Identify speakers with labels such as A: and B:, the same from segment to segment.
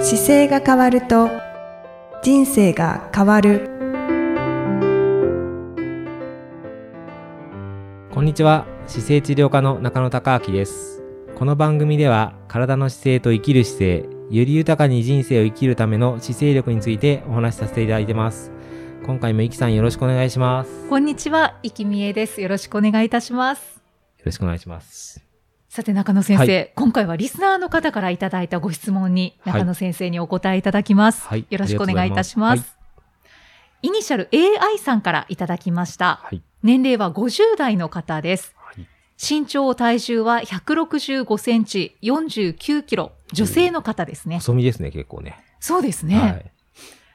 A: 姿勢が変わると人生が変わる
B: こんにちは姿勢治療科の中野孝明ですこの番組では体の姿勢と生きる姿勢より豊かに人生を生きるための姿勢力についてお話しさせていただいてます今回もイキさんよろしくお願いしますよ
C: こんにちは、いきみえです。よろしくお願いいたします。
B: ろしくお願いします
C: さて、中野先生、
B: は
C: 今回はリスナーの方からいただいたご質問に、
B: はい
C: 中野先生にお答えいただきます。
B: はい
C: よろしくお願いいたします。イニシャル AI さんからいただきました。
B: はい
C: 年齢は50代の方です。
B: はい
C: 身長、体重は165センチ、49キロ、女性の方ですね。
B: 細身ですね結構ね
C: そうですね。
B: はい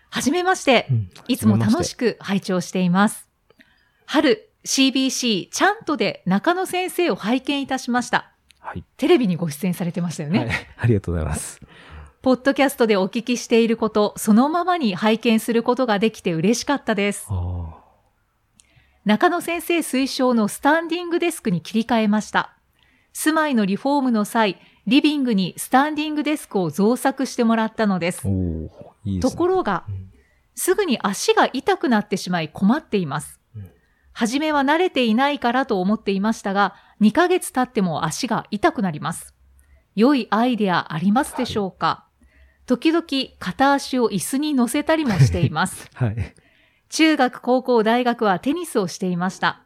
C: はじめまして。
B: うん
C: いつも楽しく拝聴しています。春、CBC、ちゃんとで中野先生を拝見いたしました。
B: はい、
C: テレビにご出演されてましたよね。
B: はい、ありがとうございます
C: ポッドキャストでお聞きしていること、そのままに拝見することができて嬉しかったです。
B: あ
C: 中野先生推奨のスタンディングデスクに切り替えました。住まいのリフォームの際、リビングにスタンディングデスクを増作してもらったのです
B: ー。おーいいです
C: と
B: ね
C: ころが
B: うん、
C: すぐに足が痛くなってしまい困っています
B: うん。
C: 初めは慣れていないからと思っていましたが、2ヶ月経っても足が痛くなります。良いアイデアありますでしょうか、時々片足を椅子に乗せたりもして います。
B: はい
C: 中学、高校、大学はテニスをしていました。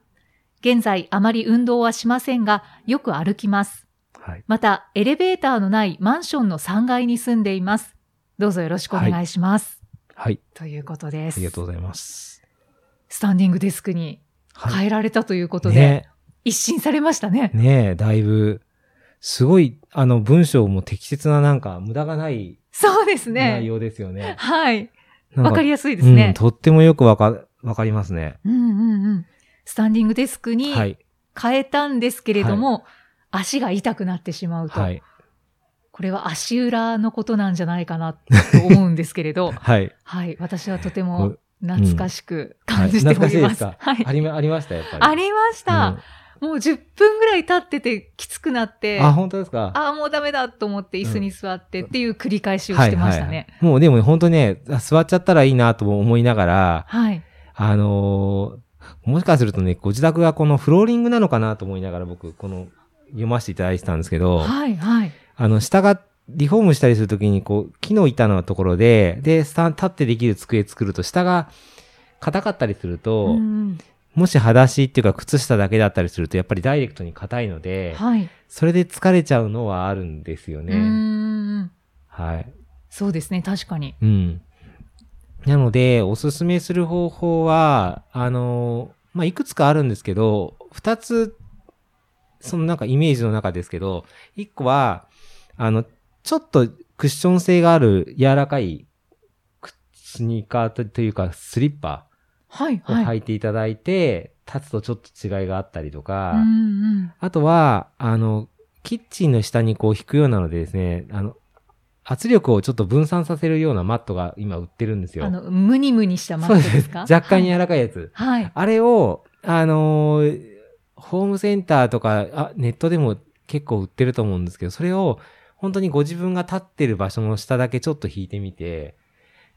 C: 現在あまり運動はしませんが、よく歩きます。
B: はい
C: また、エレベーターのないマンションの3階に住んでいます。どうぞよろしくお願いします。
B: はい
C: ということで
B: あ
C: す。
B: りがとうございます
C: スタンディングデスクに
B: はい
C: 変えられたということで、
B: ね
C: 一新されましたね。
B: ねえ、だいぶ、すごい、あの、文章も適切ななんか、無駄がない
C: そうです
B: 内
C: ね。
B: 容ですよね。
C: はい。
B: なん
C: わかりやすいです
B: うん、
C: ね。
B: とってもよくわか、わかりますね。
C: うん、うんうん。スタンディングデスクに
B: はい。
C: 変えたんですけれども、足が痛くなってしまうと、
B: はい。
C: これは足裏のことなんじゃないかなと思うんですけ れど、
B: はい。
C: はい。私はとて
B: こ
C: も
B: う
C: 懐かしく
B: は
C: 感
B: い
C: じております。
B: 懐
C: は
B: かしいですか
C: い。
B: ありま、ありました、やっぱり。
C: ありまし
B: うん
C: た、もう10分ぐらい経っててきつくなって、
B: あ、本当ですか
C: ああ、もうダメだと思って椅子に座ってっていう繰り返しをしてましたね。
B: はいはいもうでも本当ね、あ座っちゃったらいいなとも思いながら、
C: はい。
B: あのーもしかするとね、ご自宅がこのフローリングなのかなと思いながら僕、この、読ませていただいてたんですけど、
C: はい、はい。
B: あの、下が、リフォームしたりするときに、こう、木の板のところで、で、スタン、立ってできる机作ると、下が硬かったりすると、
C: うん
B: もし裸足っていうか靴下だけだったりすると、やっぱりダイレクトに硬いので、
C: はい。
B: それで疲れちゃうのはあるんですよ
C: う
B: ね。
C: ん。
B: はい。
C: そうですね、確かに。
B: うん。なので、おすすめする方法は、あの、まあ、いくつかあるんですけど、二つ、そのなんかイメージの中ですけど、一個は、あの、ちょっとクッション性がある柔らかいくスニーカーとというかスリッパ
C: はい、
B: を
C: は
B: 履
C: い。
B: いていただいて、立つとちょっと違いがあったりとか、
C: うんうん
B: あとは、あの、キッチンの下にこう引くようなのでですね、あの、圧力をちょっと分散させるようなマットが今売ってるんですよ。
C: あの、ムニムニしたマットですか
B: 若干
C: や
B: 柔らかいやつ。
C: はい。はい
B: あれを、あのーホームセンターとか、あ、ネットでも結構売ってると思うんですけど、それを本当にご自分が立ってる場所の下だけちょっと引いてみて、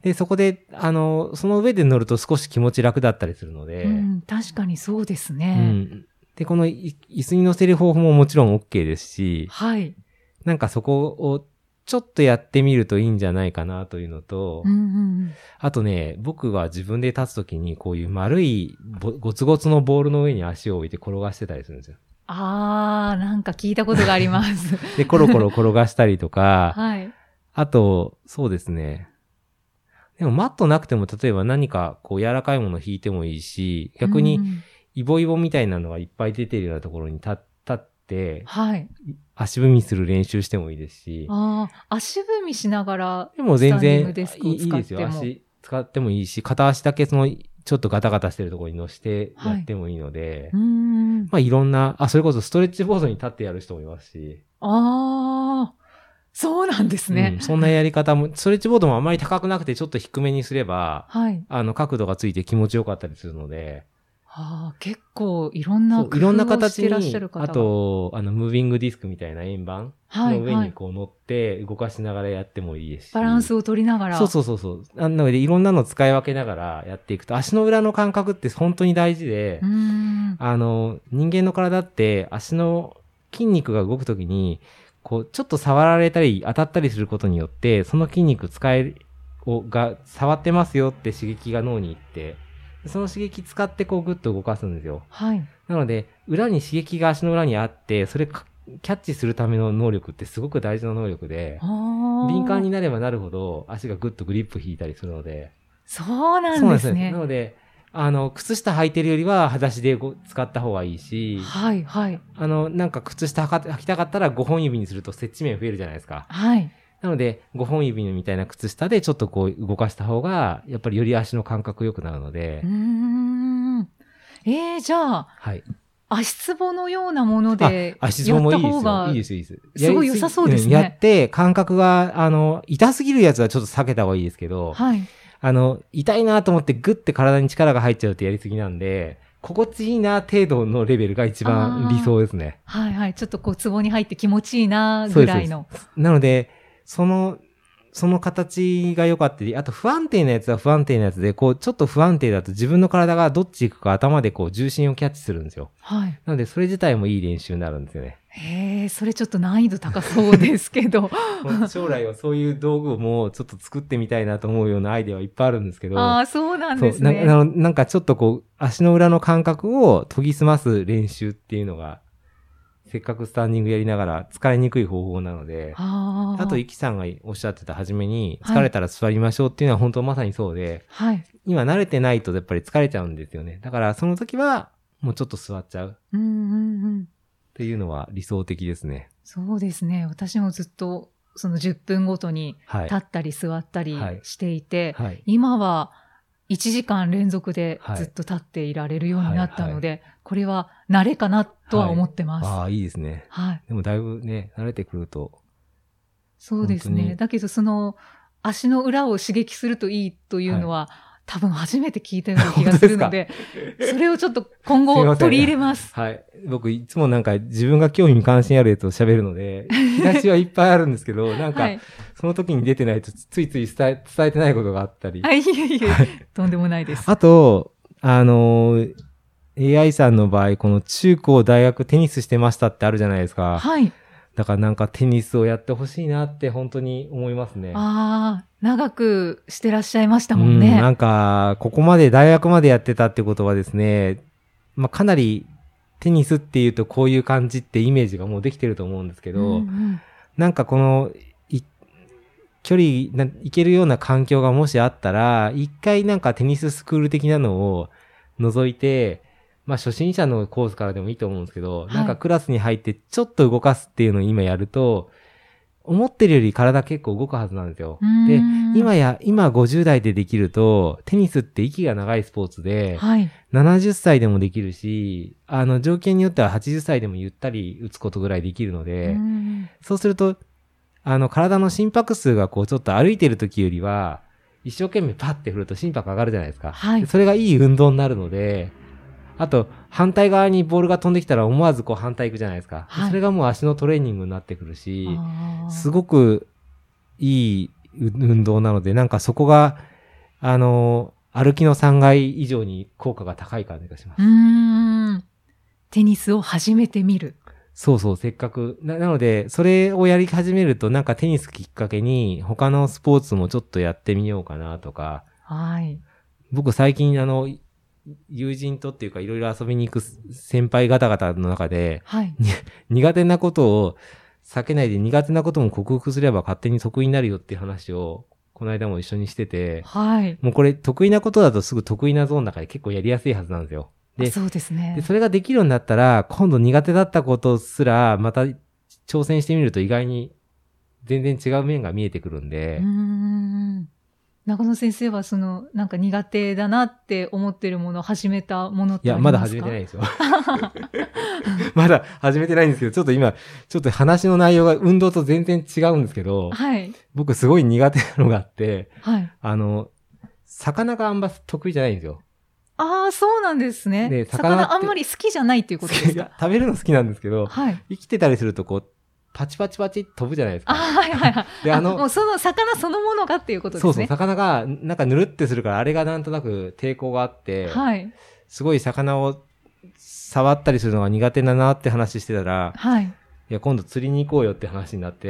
B: で、そこで、あのーその上で乗ると少し気持ち楽だったりするので、
C: うん、確かにそうです
B: う
C: ね。
B: んで、このい椅子に乗せる方法ももちろん OK ですし、
C: はい。
B: なんかそこをちょっとやってみるといいんじゃないかなというのと、
C: うんうんうん
B: あとね、僕は自分で立つときにこういう丸いぼごつごつのボールの上に足を置いて転がしてたりするんですよ。
C: あー、なんか聞いたことがあり ます。
B: で、コロコロ転がしたりとか、
C: はい。
B: あと、そうですね。でもマットなくても例えば何かこう柔らかいものを引いてもいいし、逆
C: う
B: に
C: ん
B: イボイボみたいなのがいっぱい出てるようなところに立立って
C: はい。
B: 足踏みする練習してもいいですし、
C: あー、足踏みしながら、
B: でも全
C: スタンディ
B: 然
C: ング
B: い
C: デスクを
B: いいい
C: 使っ
B: です
C: て
B: よ。
C: も
B: 足使ってもいいし、片足だけその、ちょっとガタガタしてるところに乗せてやってもいいので、
C: うんうん。
B: まあいろんな、あ、それこそストレッチボードに立ってやる人もいますし、
C: あー、そうなんです
B: う
C: ね
B: ん。そんなやり方も、ストレッチボードもあんまり高くなくてちょっと低めにすれば、
C: はい。
B: あの角度がついて気持ちよかったりするので、
C: ああ、結構いろんな
B: そ
C: 工
B: ういろんな
C: 夫をし
B: 形
C: てらっ
B: に
C: しゃる、方
B: あ
C: が、
B: と、あの、ムービングディスクみたいな円盤
C: はい
B: の上
C: はい
B: に、こう乗って動かしながらやってもいいですし。
C: バランスを取りながら。
B: そうそうそうそう。なので、いろんなの使い分けながらやっていくと、足の裏の感覚って本当に大事で、
C: うーん。
B: あの、人間の体って足の筋肉が動くときに、こう、ちょっと触られたり当たったりすることによって、その筋肉使え、をが、触ってますよって刺激が脳に行って、その刺激使ってこうグッと動かすんですよ。
C: はい。
B: なので、裏に刺激が足の裏にあって、それかキャッチするための能力ってすごく大事な能力で、敏
C: 敏
B: 感に。なればなるほど足がグッとグリップ引いたりするので、
C: そうな
B: そうなんん
C: で
B: です
C: す
B: ね。
C: ね
B: な。ので、あの、靴下履いてるよりは裸足でこう使った方がいいし、
C: はい、はい、
B: あの、なんか靴下履か履きたかったら5本指にすると接地面増えるじゃないですか。
C: はい。
B: なので、5本指みたいな靴下でちょっとこう動かした方が、やっぱりより足の感覚良くなるので
C: うー、ん。えー、じゃあ、
B: はい。
C: 足つぼのようなもので、
B: あ足つぼもいいで
C: やっ
B: す
C: た方
B: よ。
C: が
B: いいですよ、いいですよ。
C: すごい良さそうですね
B: やりすぎんやって、感覚が、あの、痛すぎるやつはちょっと避けた方がいいですけど、
C: はい。
B: あの、痛いなと思ってグッて体に力が入っちゃうとやりすぎなんで、心地いいな程度のレベルが一番理想ですね。
C: はい、はい。ちょっとこう、つぼに入って気持ちいいな、ぐらいの。
B: なので、その、その形が良かったり、あと不安定なやつは不安定なやつで、こう、ちょっと不安定だと自分の体がどっち行くか頭でこう、重心をキャッチするんですよ。
C: はい。
B: なので、それ自体もいい練習になるんですよね。
C: へえ、それちょっと難易度高そうですけ ど。
B: もう将来はそういう道具をもうちょっと作ってみたいなと思うようなアイデアはいっぱいあるんですけど、
C: ああ、そうなん
B: そ
C: で
B: う
C: す
B: な
C: ね。
B: なのなんかちょっとこう、足の裏の感覚を研ぎ澄ます練習っていうのが、せっかくスタンディングやりながら疲れにくい方法なので、
C: ああ
B: あと、イキさんがおっしゃってた初めに、
C: はい
B: 疲れたら座りましょうっていうのは本当まさにそうで、
C: はい。
B: 今慣れてないとやっぱり疲れちゃうんですよね。だからその時は、もうちょっと座っちゃうっ
C: うんうんうん。
B: ていうのは理想的ですね。
C: そうですね。私もずっと、その10分ごとに
B: はい
C: 立。ったり座ったり
B: はい
C: していて、
B: はい。
C: 今は1時間連続で
B: はい
C: ずっと立っていられるようになったので、これは慣れかなとは思ってます。はい。
B: ああ、いいですね。でもだいぶね、慣れてくると、
C: そうです
B: 本当
C: ね。
B: に
C: だけど、その足の裏を刺激するといいというのは、多分初めて聞いたような気がするので、それをちょっと今
B: すい
C: 後
B: ません
C: 取り入れます。
B: はい。僕、いつもなんか自分が興味関心あるやつを喋るの で、引き出しはいっぱいあるんですけど、なん
C: は
B: か
C: い、。
B: その時に出てないと、ついつい伝え、伝えてないことがあったり。
C: はい、いえいえ、
B: はい
C: とんでもないです。
B: あと、あのー AI さんの場合、この中高大学テニスしてましたってあるじゃないですか。
C: はい。
B: だからなんかテニスをやってほしいなって本当に思いますね。
C: ああ、長くしてらっしゃいました
B: う
C: もん
B: ん、な
C: ね。
B: んか、ここまで大学までやってたってことはですね、まあ、かなりテニスっていうとこういう感じってイメージがもうできてると思うんですけど、
C: うんうん
B: なんかこの、い距離な、行けるような環境がもしあったら、一回なんかテニススクール的なのを除いて、まあ初心者のコースからでもいいと思うんですけど、
C: はい
B: なんかクラスに入ってちょっと動かすっていうのを今やると、思ってるより体結構動くはずなんですよ。で、今や、今50代でできると、テニスって息が長いスポーツで、
C: はい。
B: 70歳でもできるし、あの条件によっては80歳でもゆったり打つことぐらいできるので、
C: うん
B: そうすると、あの、体の心拍数がこう、ちょっと歩いてる時よりは、一生懸命パッて振ると心拍上がるじゃないですか。
C: はい
B: でそれがいい運動になるので、あと、反対側にボールが飛んできたら思わずこう反対行くじゃないですか。で
C: はい
B: それがもう足のトレーニングになってくるし、
C: あー
B: すごくいい運動なので、なんかそこが、あの、歩きの3階以上に効果が高い感じがします
C: う。ーん。テニスを始めてみる。
B: そうそう、せっかく。ななので、それをやり始めると、なんかテニスきっかけに、他のスポーツもちょっとやってみようかなとか、
C: はい。
B: 僕最近、あの、友人とっていうか、いろいろ遊びに行く先輩方々の中で、
C: はい。
B: 苦手なことを避けないで、苦手なことも克服すれば勝手に得意になるよっていう話を、この間も一緒にしてて、
C: はい。
B: もうこれ得意なことだとすぐ得意なゾーンの中で結構やりやすいはずなんですよ。で
C: あそうですね
B: で、。それができるようになったら、今度苦手だったことすら、また挑戦してみると意外に全然違う面が見えてくるん
C: う
B: で
C: ー、ん。中野先生は、その、なんか苦手だなって思ってるもの、始めたものっ
B: い
C: てあ
B: や、
C: りま
B: ますだ始
C: か
B: めてないんですよ。 まだ始めてないんですけど、ちょっと今、ちょっと話の内容が運動と全然違うんですけど、
C: はい。
B: 僕すごい苦手なのがあって、
C: はい。
B: あの、魚があんま得意じゃないんですよ。
C: ああ、そうなんですね。
B: で魚って
C: 魚あんまり好きじゃないっていうことです
B: いや
C: か。
B: 食べるの好きなんですけど、
C: はい。
B: 生きてたりするとこう、パチパチパチって飛ぶじゃないです
C: あ
B: か。
C: はいはいはい。
B: で、あの
C: もう、その魚そのものがっていうことです
B: そ
C: ね。
B: うそう、魚がなんかぬるってするから、あれがなんとなく抵抗があって、
C: はい。
B: すごい魚を触ったりするのが苦手だなって話してたら、
C: はい。
B: いや、今度釣りに行こうよって話にな って、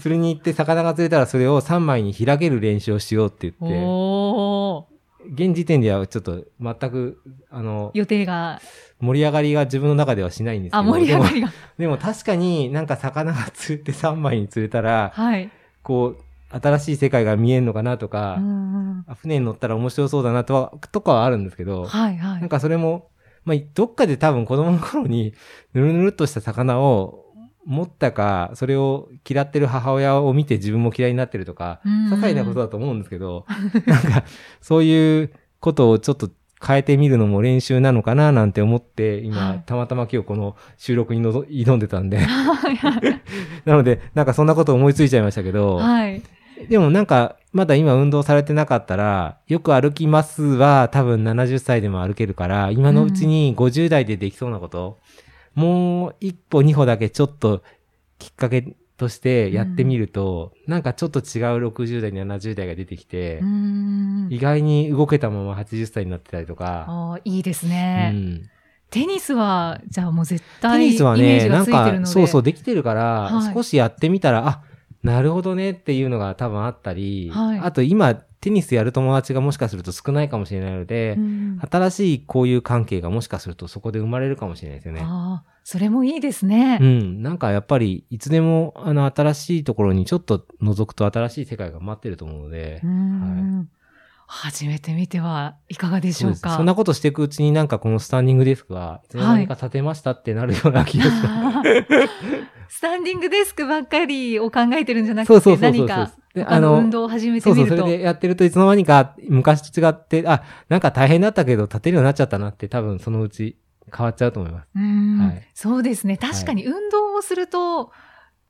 B: 釣りに行って魚が釣れたらそれを3枚に開ける練習をしようって言って、
C: おー。
B: 現時点ではちょっと全く、あの、
C: 予定が、
B: 盛り上がりが自分の中ではしないんですけど、
C: あ、盛り上が
B: でも
C: りが。
B: でも確かになんか魚が釣れて3枚に釣れたら、
C: はい。
B: こう、新しい世界が見えるのかなとか
C: う、んうん
B: あ船に乗ったら面白そうだなとは、とかはあるんですけど、
C: はいは
B: なん
C: い。
B: かそれも、まあ、どっかで多分子供の頃に、ぬるぬるっとした魚を持ったか、それを嫌ってる母親を見て自分も嫌いになってるとか、
C: うん
B: 些細なことだと思うんですけど、なんか、そういうことをちょっと変えてみるのも練習なのかななんて思って、今、
C: はい
B: たまたま今日この収録にのぞ挑んでたんで、
C: はいはい
B: なので、なんかそんなこと思いついちゃいましたけど、
C: はい。
B: でもなんか、まだ今運動されてなかったら、よく歩きますは多分70歳でも歩けるから、今のうちに50代でできそうなこと、もう一歩二歩だけちょっときっかけとしてやってみると、なんかちょっと違う60代、70代が出てきて、
C: うん
B: 意外に動けたまま80歳になってたりとか、
C: あーいいです
B: う
C: ね。
B: ん、
C: テニスは、じゃあもう絶
B: テ
C: 対、イメ
B: ニスは
C: ー
B: ね、
C: ジ
B: な
C: が
B: ん
C: ついてるの
B: か、
C: で。
B: そうそう、できてるから、
C: はい
B: 少しやってみたら、あ、なるほどねっていうのが多分あったり、
C: はい
B: あと今、テニスやる友達がもしかすると少ないかもしれないので
C: う、ん
B: 新しい交友関係がもしかするとそこで生まれるかもしれないですよね。
C: ああ、それもいいですね
B: う。ん。なんかやっぱり、いつでも、あの、新しいところにちょっと覗くと新しい世界が待ってると思うので、
C: うん始めてみてはいかがでし
B: そう
C: ょう
B: です
C: か。
B: そんなことしていくうちになんかこのスタンディングデスクが、いつの間にか立てましたってなるような気がし ます。
C: スタンディングデスクばっかりを考えてるんじゃな
B: そう
C: く
B: そう
C: て、
B: そうそうそう
C: 何か
B: で
C: 他
B: あの
C: の運動を始めて
B: そう
C: み
B: そう、そ
C: る
B: れ
C: と。
B: でやってるといつの間にか昔と違って、あ、なんか大変だったけど立てるようになっちゃったなって多分そのうち変わっちゃうと思います。
C: うん
B: はい
C: そうですね。確かに運動をすると、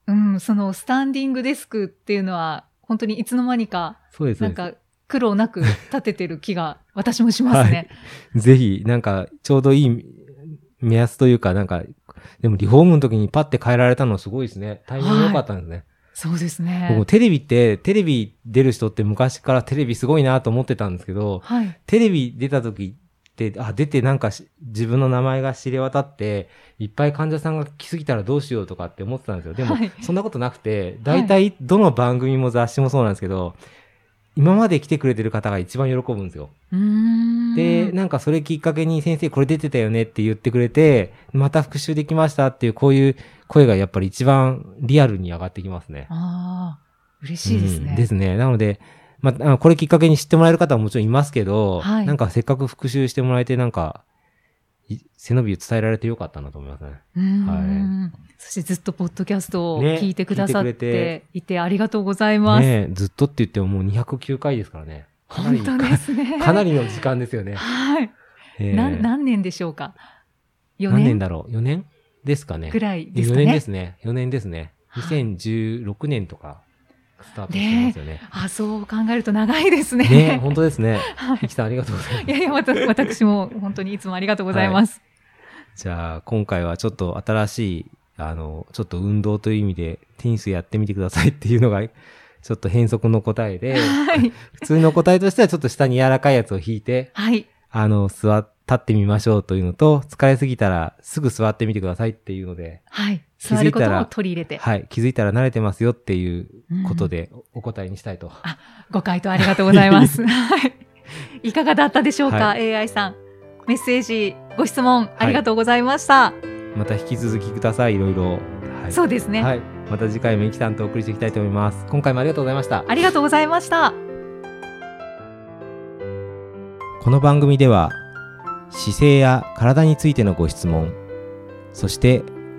C: うん、そのスタンディングデスクっていうのは、本当にいつの間にか、
B: そうです。
C: なん
B: そう
C: か苦労なく立ててる気が私もしますね。
B: ですぜひ、なんかちょうどいい目安というか、なんか、でもリフォームの時にパッて変えられたのすごいですね。タイミング良かったんですね。
C: そうです
B: 僕
C: ね。
B: テレビって、テレビ出る人って昔からテレビすごいなと思ってたんですけど、
C: はい。
B: テレビ出た時って、あ、出てなんかし自分の名前が知れ渡って、いっぱい患者さんが来すぎたらどうしようとかって思ってたんですよ。でも、
C: はい
B: そんなことなくて、大体どの番組も雑誌もそうなんですけど、今まで来てくれてる方が一番喜ぶんですよ。
C: うん
B: で、なんかそれきっかけに先生これ出てたよねって言ってくれて、また復習できましたっていうこういう声がやっぱり一番リアルに上がってきますね。
C: ああ、嬉しいですね。
B: うんですね。なので、まああの、これきっかけに知ってもらえる方ももちろんいますけど、
C: はい
B: なんかせっかく復習してもらえて、なんか、い背伸びを伝えられてよかったなと思いますね。
C: うんそしてずっとポッドキャストを
B: ね
C: 聞いてくださっ
B: 聞いてくれ
C: ていてありがとうございます。
B: ねえずっとって言ってももう209回ですからね。かなり
C: 本当ですね。
B: かなりの 時間ですよ ね。
C: はい、
B: ええ
C: な何年でしょうか。4
B: 何年
C: 年
B: だろう ?4 年ですかね。
C: ぐらいですか
B: 4
C: ね。
B: 年ですね。4年ですね。
C: はい
B: 2016年とか、スタートしてますよね。
C: あ、そう考えると長いですね。
B: ねえ本当ですね。
C: はい
B: いきさんありがとうございます
C: い。やいや、わた私も本当にいつもありがとうございます。
B: じゃあ、今回はちょっと新しい、あの、ちょっと運動という意味で、テニスやってみてくださいっていうのが、ち ょっと変則の答え で、
C: はい。
B: 普通の答えとしてはちょっと下に柔らかいやつを引いて、
C: はい。
B: あの、座っ、立ってみましょうというのと、疲れすぎたらすぐ座ってみてくださいっていうので、
C: はい。
B: 気づいたら
C: 座ることを取り入れて。
B: はい、気づいたら慣れてますよっていうことで、お答えにしたいと。
C: ご回答ありがとうございま す。はいいかがだったでしょうか、
B: は
C: AI さん。メッセージ、ご質問ありがとうございました。
B: また引き続きください、いろいろ。はい。
C: そうですね、
B: はい。また次回もイキさんとお送りしていきたいと思います。今回もありがとうございました。
C: ありがとうございました。
B: この番組では姿勢や体についてのご質問そして